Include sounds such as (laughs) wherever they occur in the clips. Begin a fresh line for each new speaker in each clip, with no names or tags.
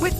With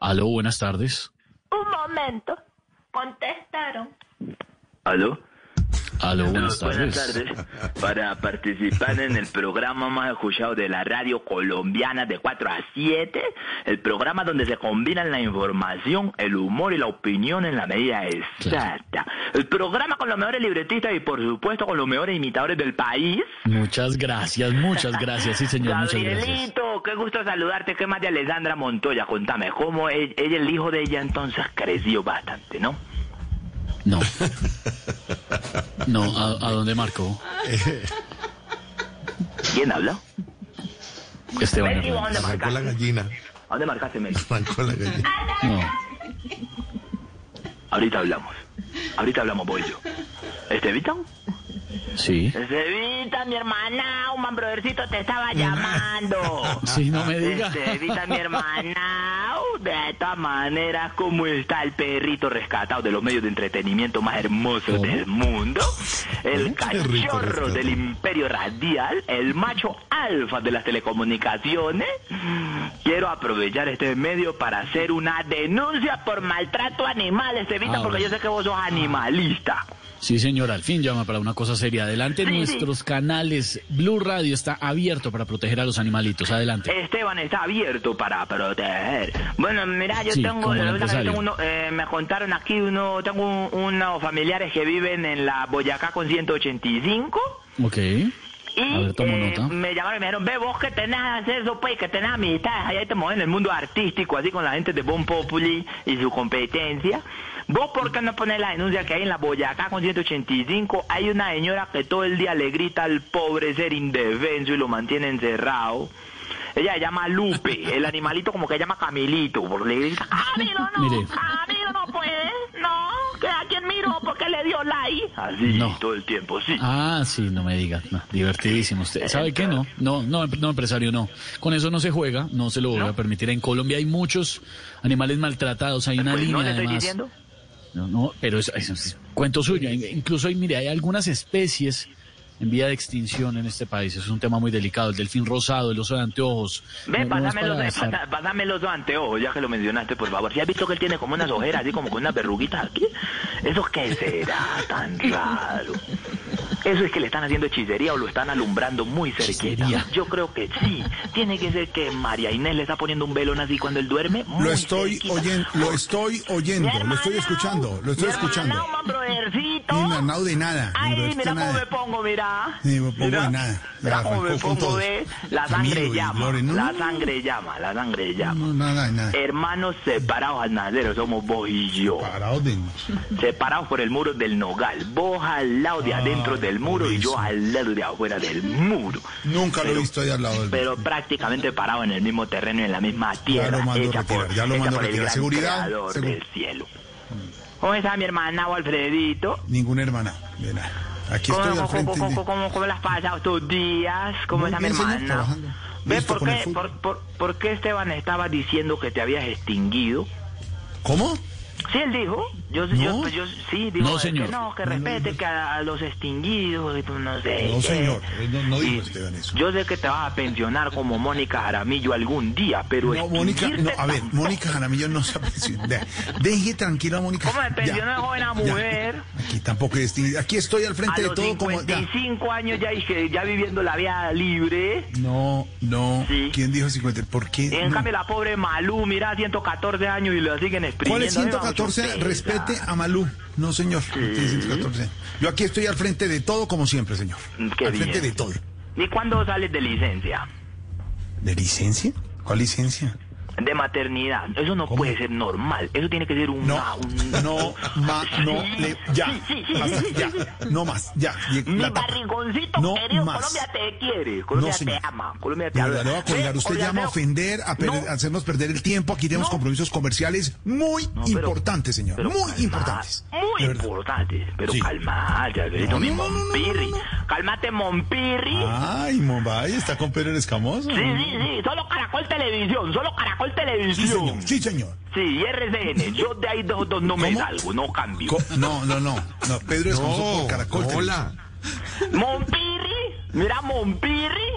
Aló, buenas tardes.
Un momento. Contestaron.
¿Aló?
Aló, buenas tardes.
Buenas
(laughs)
tardes. Para participar en el programa más escuchado de la radio colombiana de 4 a 7, el programa donde se combinan la información, el humor y la opinión en la medida exacta. El programa con los mejores libretistas y por supuesto con los mejores imitadores del país.
Muchas gracias, muchas gracias. Sí, señor, muchas gracias.
Gabrielito, qué gusto saludarte. ¿Qué más de Alessandra Montoya? Contame, ¿cómo e- ella, el hijo de ella entonces creció bastante, no?
No. No, ¿a, a dónde marcó?
¿Quién habla?
Esteban
Meti, ¿a
Hernández.
dónde
Arrancó la
marcaste?
gallina.
¿A dónde marcaste, Meti?
Arrancó la gallina.
No.
Ahorita hablamos. Ahorita hablamos, voy yo. ¿Estevita?
Sí.
Estevita, mi hermana, un brothercito te estaba (laughs) llamando.
Sí, no me
Este,
diga.
Estevita,
(laughs)
mi hermana, Uh, de esta manera, ¿cómo está el perrito rescatado de los medios de entretenimiento más hermosos
¿Cómo?
del mundo? El
¿Cómo perrito
cachorro
rescatado?
del imperio radial, el macho alfa de las telecomunicaciones. Quiero aprovechar este medio para hacer una denuncia por maltrato animal, Estevita,
Ah,
porque yo
bueno.
sé que vos sos animalista.
Sí, señor, al fin llama para una cosa seria. Adelante,
Sí, sí.
nuestros canales. Blue Radio está abierto para proteger a los animalitos. Adelante.
Esteban está abierto para proteger. Bueno, mira, yo
Sí,
tengo,
como el
la verdad que yo
empresario.
tengo uno, eh, me contaron aquí, uno, tengo un- unos familiares que viven en la Boyacá con 185
Ok.
y
A ver, tomo
eh,
nota.
me llamaron y me dijeron, ve vos que tenés acceso, pues, que tenés amistades, allá te mueves en el mundo artístico, así con la gente de Bon Populi y su competencia. ¿Vos por qué no pones la denuncia que hay en la Boyacá con 185? Hay una señora que todo el día le grita al pobre ser indefenso y lo mantiene encerrado. Ella se
(laughs)
llama Lupe, el animalito como que se llama Camilito, porque le grita, Camilo no,
Mire.
Camilo no puede, no, que a quien miró porque le dio like. Así
No.
todo el tiempo, sí.
Ah, sí, no me diga. No, divertidísimo usted. ¿Sabe qué? No, no, no, em- no, empresario, no. Con eso no se juega, no se lo voy a permitir. En Colombia hay muchos animales maltratados, hay una
Pues
línea
no le estoy
además.
diciendo.
No, no, pero es, es- es cuento suyo. In- Incluso, hay- mire, hay algunas especies en vía de extinción en este país. Es un tema muy delicado. El delfín rosado, el oso de anteojos.
Ve,
No- no es
pásame, los,
para
eh,
estar-
pasa- pásame los dos anteojos, ya que lo mencionaste, por favor. Si has visto que él tiene como unas ojeras, así como con unas verruguitas aquí. ¿Eso qué será
(laughs)
tan raro? Eso es que le están haciendo hechicería o lo están alumbrando muy cerquita.
Hechicería.
Yo creo que sí. Tiene que ser que María Inés le está poniendo un velón así cuando él duerme.
Lo estoy oyendo, lo estoy oyendo, lo estoy escuchando, lo estoy escuchando. Ni
Ni
nanao de nada, ni
Ay,
brodercito
mira cómo
nada.
me pongo, mira.
Ni me pongo de nada.
Mira
Me
cómo me
arrancó con
pongo,
todo.
ve. La
Camilo
sangre
y
llama.
Lore, no,
la
no, no.
sangre llama, la sangre llama.
No, nada, nada.
Eh, Hermanos separados al nadero somos vos y yo.
Parado de
Separados por el muro del nogal. Vos al lado de adentro del muro y yo al lado de afuera del muro.
Nunca lo he
Pero-
visto ahí al lado del.
Pero prácticamente parados en el mismo terreno, y en la misma tierra.
lo mando a
hecha
retirar,
por,
ya lo
hecha
mando a
por el
retirar.
gran
Seguridad,
creador
segu-
del cielo. ¿Cómo está mi hermana o Alfredito?
Ninguna hermana. De nada. Aquí
¿Cómo,
estoy al
cómo-
frente.
cómo-
de-
cómo- cómo las pasas estos días? ¿Cómo
Muy
está mi
bien, señor,
hermana?
trabajando.
¿Ves
Listo
por
con el
qué,
fútbol.
por- por- por qué Esteban estaba diciendo que te habías extinguido?
¿Cómo?
Sí, él dijo. Yo, pues,
No.
yo, yo- sí, dijo
No,
que
señor.
no, que
No, no,
respete
no.
que a, a los extinguidos, y pues no sé.
No,
qué.
señor. eh, No, no dijo
Y
Esteban eso.
Yo sé que te vas a pensionar como Mónica Jaramillo algún día, pero
No, Mónica, no,
extinguirte
a ver,
tampoco.
Mónica Jaramillo no se ha pensionado. De- Deje tranquila a Mónica.
¿Cómo se pensionó de joven a mujer?
Aquí tampoco es. Aquí estoy al
A
frente de
los
todo como. ya.
55 años ya, dije, ya viviendo la vida libre.
No, no.
Sí.
¿Quién dijo 50? ¿Por qué?
En
No.
cambio, la pobre Malú, mira, 114 años y la siguen exprimiendo.
¿Cuál es
A mí me da mucho
114?
pesar.
Respete a Malú. No, señor. no tiene 114. Yo aquí estoy al frente de todo como siempre, señor.
Qué
al frente
bien.
de todo.
¿Y cuándo sales de licencia?
¿De licencia? ¿Cuál licencia?
de maternidad. Eso no puede ser normal. Eso tiene que ser Ah, un...
No, (laughs) no, ma, no, le, ya, hasta, ya, no más, ya.
(laughs)
Diego,
Mi
la tapa.
barrigoncito
No
querido,
más.
Colombia te quiere, Colombia
señor.
te ama, Colombia te
De
ama.
verdad, le voy a colgar.
Ve,
Usted llama a
Colombiano,
ofender, a, perder-
no,
a hacernos perder el tiempo. Aquí tenemos
No.
compromisos comerciales muy
no, pero-
importantes, señor.
pero
muy
calmar,
importantes.
Muy
De verdad.
importantes, pero
Sí.
calmate, Alfredito,
No,
mi
no, no, no, no,
Monpirri.
no, no. Ah.
Cálmate, Monpirri.
Ay, Mumbai está con Pedro el Escamoso.
Sí, sí, sí, solo Caracol Televisión, solo Caracol Televisión.
Sí, señor. Sí, señor.
Sí, y RCN, yo de ahí dos, dos no me
¿Cómo?
salgo, no cambio.
Co- no, no, no, no. Pedro Escamoso por Caracol.
hola.
Monpirri, mira
(laughs)
Monpirri.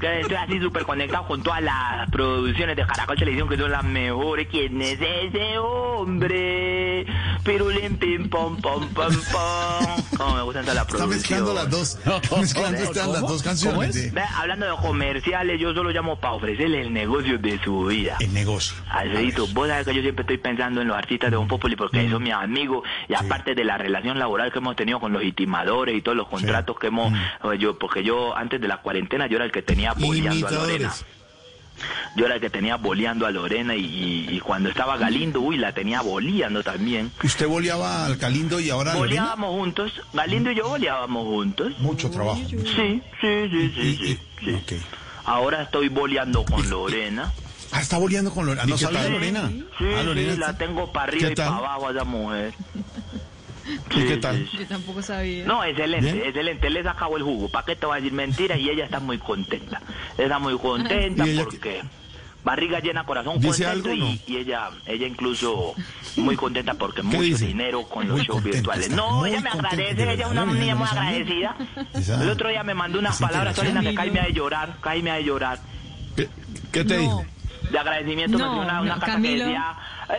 Que Estoy así súper conectado con todas las producciones de Caracol Televisión que son las mejores. ¿Quién es ese hombre? Pirulín, pim, pom, pom, pom, pom. Como me gustan todas las
Está
producciones.
mezclando las dos. está mezclando están
¿Cómo?
las dos
¿Cómo es?
canciones. de-
Ve, Hablando de comerciales, yo solo llamo para ofrecerle el negocio de su vida.
el negocio.
Alfredito, vos sabés que yo siempre estoy pensando en los artistas de Don Populi porque
Mm.
ellos son mis amigos y aparte de la relación laboral que hemos tenido con los itimadores y todos los contratos que hemos,
Mm.
eh, yo, porque yo antes de la cuarentena yo era el que tenía boleando a Lorena.
Imitadores.
Yo era el que tenía boleando a Lorena y, y- y cuando estaba Galindo, uy, la tenía boleando también.
Usted boleaba al Calindo y ahora a Lorena.
Boleábamos juntos, Galindo y yo boleábamos juntos.
Mucho trabajo.
Sí, sí, sí, sí,
Mm. Y-
sí.
y-
sí.
ok.
Ahora estoy boleando con Lorena.
Ah, está boleando con Lorena. No
qué
sabía
tal?
Lorena.
Sí,
Ah,
sí,
Lorena
la
está-
tengo para
¿Qué
arriba y
tal?
para abajo a esa mujer.
¿Y qué tal?
Yo tampoco sabía.
No, excelente,
¿Bien?
excelente. Le sacado el jugo. ¿Para qué te va a decir mentira? Y ella está muy contenta. Está muy contenta
¿Y ella
porque barriga llena, corazón
¿Dice
contento.
algo, no?
y, y ella ella incluso muy contenta porque mucho
dice?
dinero con
Muy
los shows
contenta
virtuales.
está,
No,
muy
ella me
contenta,
agradece.
de
Ella es
verdad,
una niña
mira,
muy
no sabía.
agradecida.
Esa-
El otro día me mandó unas
esa
palabras,
integración.
Solina, que caíme a llorar, caíme a llorar.
¿Qué, qué te dijo?
De agradecimiento me
No,
dio una, una
no,
carta que
Camilo.
decía... "Eh,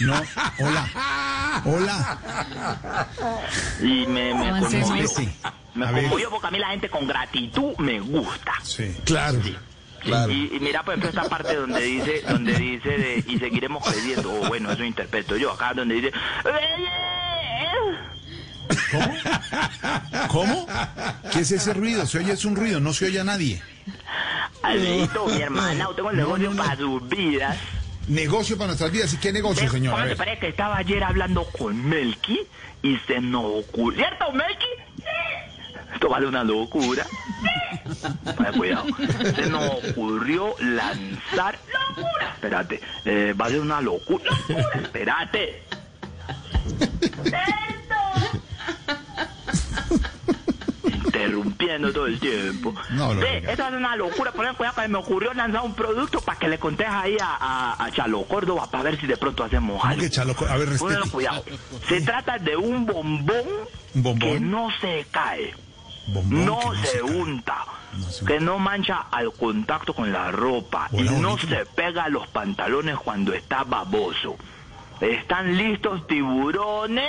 No, hola.
(laughs)
Hola.
Y me, me
Ah, sí,
conmovió.
sí, sí.
Me
A ver.
conmovió porque a mí la gente con gratitud me gusta.
Sí.
Claro. Claro.
Y, y mira, por ejemplo, esta parte donde dice, donde dice de, y seguiremos creciendo, o bueno, eso interpreto yo, acá donde dice... "Eh,
¿Cómo? ¿Qué es ese ruido? Se oye, es un ruido, no se oye a nadie.
Alfredito, mi hermana, yo tengo el negocio para sus vidas.
Negocio para nuestras vidas. ¿Y qué negocio,
Ve,
señor? A
¿cómo te
ver.
parece que estaba ayer hablando con Melky y se nos ocurrió. ¿Cierto, Melky? Esto vale una locura. Vale, cuidado. Se nos ocurrió lanzar. ¡Locura! Espérate. Eh, va a ser una locura. ¡Locura! Espérate. Interrumpiendo todo el tiempo.
No, no,
Ve,
no, no.
eso es una locura. Por ejemplo, cuidado que me ocurrió lanzar un producto para que le contes ahí a, a, a Chalo Córdoba para ver si de pronto hacemos
¿Cómo
algo.
que Chalo Có- A ver,
Bueno,
respete.
cuidado. Se trata de un bombón,
¿Un bombón?
que no se cae,
Bombón
no,
que no
se,
se cae.
unta,
No se
que no mancha al contacto con la ropa
Hola,
y no
bonito.
se pega a los pantalones cuando está baboso. ¿Están listos tiburones?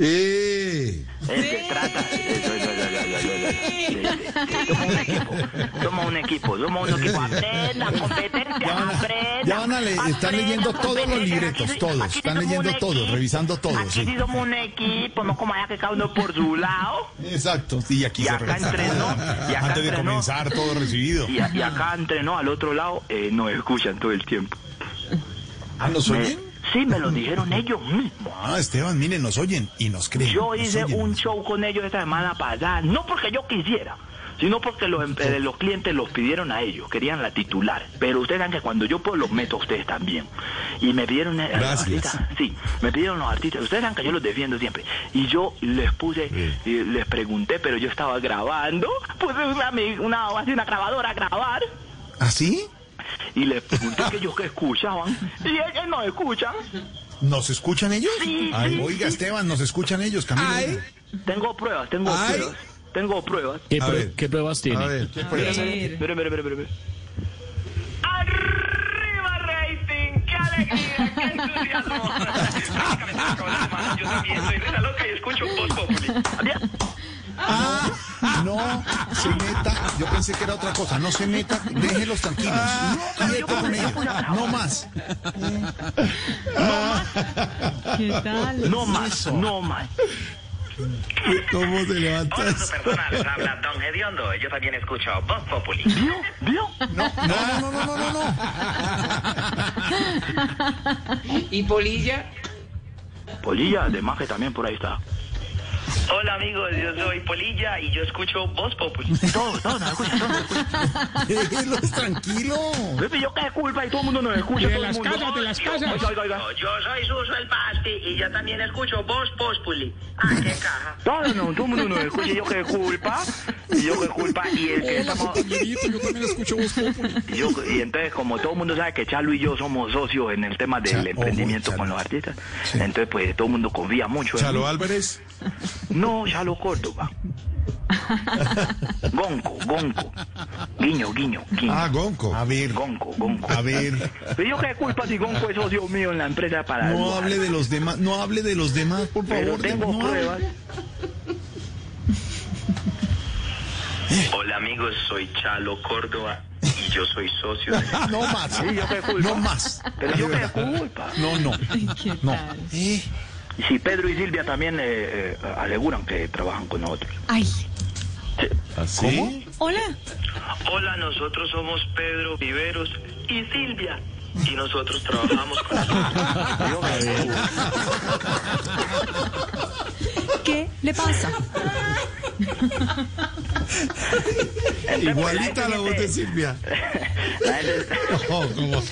Eh,
Eh, Se trata. eso, eso, eso, eso, eso, eso, eso. Sí, sí. Somos un equipo. Somos un equipo. Somos un equipo. Aprendan,
Ya
competencia,
van a-
aprendan.
ya van a le- están
aprendan,
leyendo todos los
competencia.
libretos,
Aquí sí-
todos,
aquí sí
están
somos
leyendo
un
todos,
equipo.
revisando todos,
Aquí
sí.
sí somos un equipo, no como allá que cada uno por su lado.
Exacto. Y aquí
Y
se
acá
regresa.
entrenó, y acá
Antes de
entrenó.
comenzar, todo recibido.
Y, a- y acá entrenó al otro lado, eh, nos escuchan todo el tiempo.
Ah, ¿nos
Me-
oyen?
sí, me lo dijeron ellos mismos.
Ah, Esteban, miren, nos oyen y nos creen.
Yo
nos
hice
oyen.
un show con ellos esta semana pasada, no porque yo quisiera, sino porque los, em- eh, los clientes los pidieron a ellos, querían la titular. Pero ustedes saben que cuando yo puedo los meto a ustedes también. Y me pidieron eh, los
Gracias.
artistas, sí, me pidieron los artistas, ustedes saben que yo los defiendo siempre. Y yo les puse, eh, les pregunté, pero yo estaba grabando, puse una, mi- una, así una grabadora a grabar.
¿Ah, sí?
Y les pregunté que ellos que escuchaban, y ellos no escuchan.
¿Nos escuchan ellos?
Sí,
Ay,
sí,
oiga, Esteban, ¿nos escuchan ellos, Camilo?
Ay.
Tengo pruebas, tengo
(laughs) Ay.
pruebas, tengo pruebas.
¿Qué,
A
prue-
ver.
qué pruebas
a
tiene?
ver.
Espera, espera, espera, espera. ¡Arriba rating! ¡Qué alegría! ¡Qué entusiasmo! Yo también soy Rita Loca y escucho Voz Populi.
Ah, no se meta. Yo pensé que era otra cosa. No se meta. Déjenlos tranquilos. Quieto con ellos. No más.
¿Qué tal?
No más, no más.
¿Cómo se levanta
Hola, su
eso?
persona les habla Don Hediondo. Yo también escucho Voz Populi.
(laughs)
No, no, no, no, no, no.
¿Y Polilla?
Polilla de Maje también por ahí está.
Hola, amigos. Yo soy Polilla y yo escucho Voz Populi.
Todos, todos nos escuchan, todos nos escuchan.
Déjelos tranquilos.
Pepe, yo qué culpa y todo el mundo nos escucha.
De
todo el
las
mundo.
casas, de las casas.
Oiga, oiga, oiga.
Yo soy Suso el Pasti y yo también escucho Voz Populi. Ah, qué caja.
Todo, no, todo el mundo nos escucha. Yo qué culpa. Y yo qué culpa. Y el que estamos.
Yo también escucho Voz Populi.
Y, yo- y entonces, como todo el mundo sabe que Chalo y yo somos socios en el tema del
Chalo,
emprendimiento
Chalo.
con los artistas,
Sí.
entonces, pues todo el mundo confía mucho. en
Chalo
mí.
Álvarez.
No, Chalo Córdoba.
(laughs)
gonco, gonco. Guiño, guiño, guiño.
Ah, Gonco.
A ver,
Gonco, gonco.
a ver.
Pero yo qué culpa si Gonco es socio mío en la empresa para.
No hable de los demás, no hable de los demás, por
Pero
favor. de-
tengo
no hable.
pruebas.
(laughs) Hola, amigos. Soy Chalo Córdoba y yo soy socio de...
No más.
Sí, yo qué culpa.
No más.
(laughs) Pero yo qué culpa.
No, no. No. Eh,
Y si Pedro y Silvia también eh, eh, aleguran que trabajan con nosotros.
Ay.
¿Así?
Hola.
Hola, nosotros somos Pedro Viveros y Silvia. Y nosotros trabajamos con
Yo qué culpa.
¿Qué le pasa?
Entonces, pues,
Igualita la voz
gente
de
dice-
Silvia.
la gente-
Oh, (laughs) ¿cómo?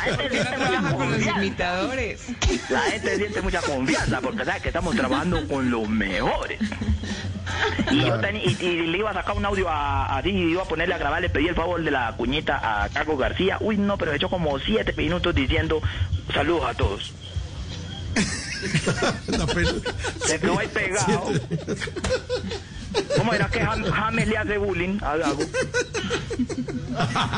(laughs)
gente
¿Qué
siente mucha
trabaja con los
confianza.
imitadores?
La gente siente mucha confianza porque sabe que estamos trabajando con los mejores. Y, yo teni- y- y le iba a sacar un audio a, a ti y iba a ponerle a grabar, le pedí el favor de la cuñita a Caco García. Uy, no, pero echó como siete minutos diciendo saludos a todos.
La pel-
Se quedó ahí pegado. ¿Cómo era que Jam- James le hace bullying a Gago?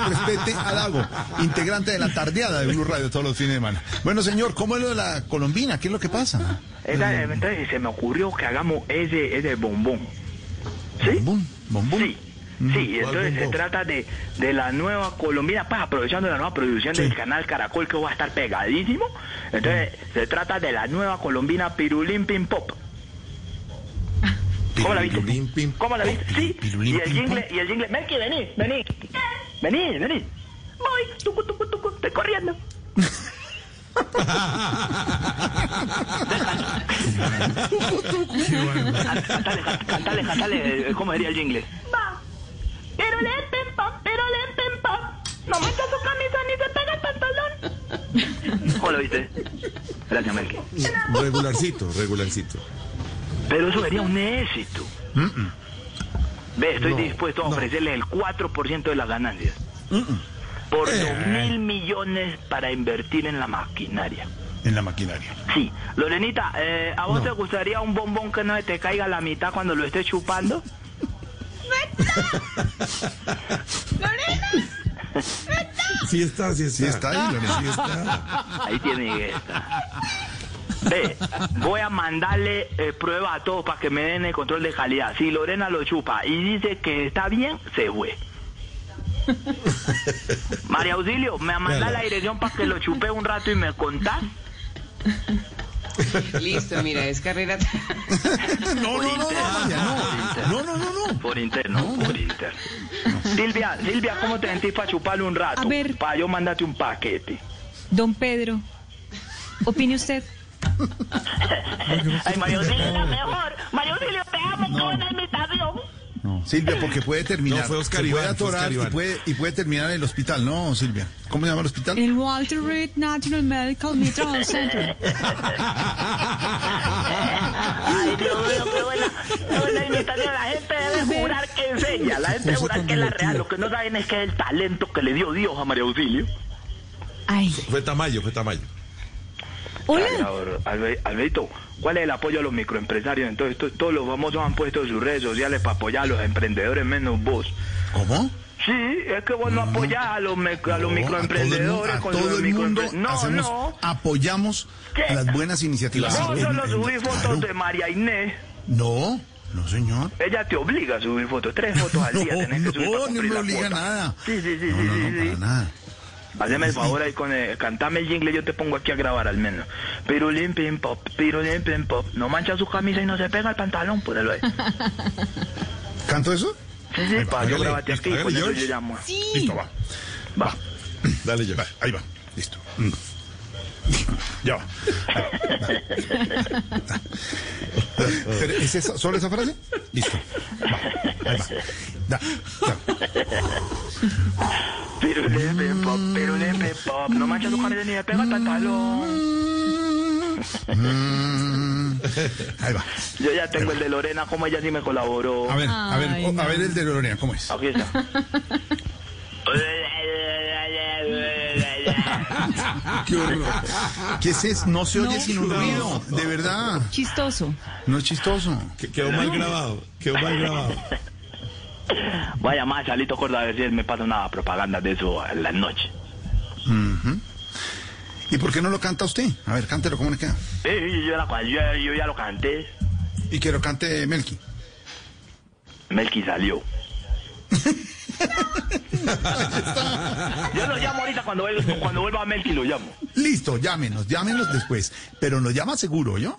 respete a Dago, integrante de la tardeada de Blue Radio todos los fines de semana. Bueno, señor, ¿cómo es lo de la colombina? ¿Qué es lo que pasa?
Esa- Entonces se me ocurrió que hagamos ese, ese bombón. ¿Sí?
Bombón, bombón. Mm.
Sí. Sí, entonces se trata de, de la nueva colombiana, pues aprovechando la nueva producción del canal Caracol que va a estar pegadísimo. Entonces se trata de la nueva colombina Pirulín Pim Pop. ¿Cómo la viste?
Pirulín Pim Pop,
¿Cómo la viste? Sí.
Pirulín
y el
Pim
jingle, y el jingle, Melqui, vení, vení. Vení, vení. Voy, tucu, tucu, tucu, estoy corriendo. Cantale, can- cantale, cantale, eh, ¿cómo diría el jingle?
Va. Pero le pim pam, pero le pim pam. No mancha su camisa ni se pega el pantalón.
¿Cómo lo viste? Gracias, Melqui.
Regularcito, regularcito.
Pero eso sería un éxito. Ve, estoy dispuesto a ofrecerle el 4% de las ganancias. Por
Eh.
2 mil millones para invertir en la maquinaria.
En la maquinaria.
Sí. Lorenita, eh, ¿a vos te gustaría un bombón que no te caiga a la mitad cuando lo estés chupando?
Sí está, sí está.
Sí está
Ah.
ahí, Lorenzo.
Sí
(laughs)
está.
Ahí tiene que estar. Ve, voy a mandarle eh, prueba a todos para que me den el control de calidad. Si Lorena lo chupa y dice que está bien, se fue. María Auxilio, me manda la dirección para que lo chupe un rato y me contás.
Listo, mira, es carrera.
(laughs) No, no, no, no, María, no, no, no, no, no.
Por interno, por interno. Silvia, Silvia, ¿cómo te sentís para chuparle un rato?
A ver.
Para yo mandarte un paquete.
Don Pedro, opine usted.
Ay, María
Es
Auxilio.
la mejor. María Auxilio, te amo con una invitación.
Silvia, porque puede terminar.
No, fue Oscar
se puede
Iván, fue
atorar
Oscar
y
Iván.
puede, y puede terminar en el hospital, ¿no, Silvia? ¿Cómo se llama el hospital?
El Walter Reed National Medical Mitra Center.
Ay, Dios mío, qué buena, qué buena imitación. La gente debe jurar que enseña.
Ella, la gente jura que es la real. Lo que no saben es que es el talento que le dio Dios a María Auxilio.
Ay.
Fue Tamayo, fue Tamayo.
Oh,
Hola.
Ahora, Albe- Alberto, ¿cuál es el apoyo a los microempresarios? Entonces, to- todos los famosos han puesto sus redes sociales para apoyar a los emprendedores, menos vos.
¿Cómo?
Sí, es que vos no apoyás a los, mec- a los
No,
microemprendedores
a
con
todo
sus
el mundo, a todo
microempre-
el mundo
No,
hacemos-
no.
apoyamos
¿Qué?
a las buenas iniciativas.
Vos
En-
solo
en-
subís
claro.
fotos de María Inés.
No, no, señor.
Ella te obliga a subir fotos, tres fotos al día.
(laughs) no,
tenés que subir para
no, no
cumplir
me
la
obliga a
cuota.
nada.
Sí, sí, sí,
no,
sí,
no, no,
sí,
para
sí.
nada.
Hazme el favor ahí con el, cantame el jingle, yo te pongo aquí a grabar al menos. Pero limpien pop, pero limpien pop. No mancha su camisa y no se pega el pantalón, ponelo ahí.
¿Canto eso?
Sí, sí,
Ahí va,
pa, yo
hágale,
grabate
listo,
aquí,
hágale,
con eso
George.
yo llamo.
Listo, va.
Va.
(clears throat) Dale, ya. Ahí va. Listo. Mm.
(laughs)
ya va. Pero, ¿Es esa- solo esa frase? Listo. Va. Ahí va. Da,
Pero limpien pop, pero limpien pop. No mancha su camisa ni se pega el pantalón.
da. Mm. Ahí va.
Yo ya tengo el de Lorena, como ella sí me colaboró.
A ver, a ver, o- a ver el de Lorena, ¿cómo es?
Aquí está. (laughs)
Qué horror. ¿Qué es eso? No se oye
No.
sin un ruido, de verdad.
Chistoso.
No es chistoso.
Quedó mal grabado, quedó mal grabado.
Voy a llamar a Chalito Corda a ver si él me pasa una propaganda de eso en la noche.
Ujú. ¿Y por qué no lo canta usted? A ver, cántelo, ¿cómo le queda?
Eh, yo, la- yo- yo ya lo canté.
Y que lo cante Melqui.
Melqui salió. Yo lo llamo ahorita cuando, vuel- cuando vuelva a Melqui, lo llamo.
Listo, llámenos, llámenos después. Pero nos llama seguro, ¿yo?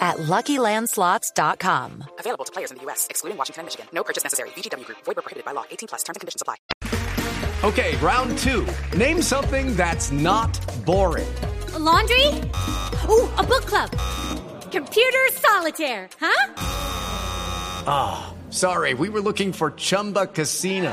at LuckyLandSlots.com.
Available to players in the U.S., excluding Washington and Michigan. No purchase necessary. VGW Group. Void where prohibited by law. 18 plus. Terms and conditions apply.
Okay, round two. Name something that's not boring.
laundry? Ooh, a book club. Computer solitaire, huh?
Ah, sorry, we were looking for Chumba Casino.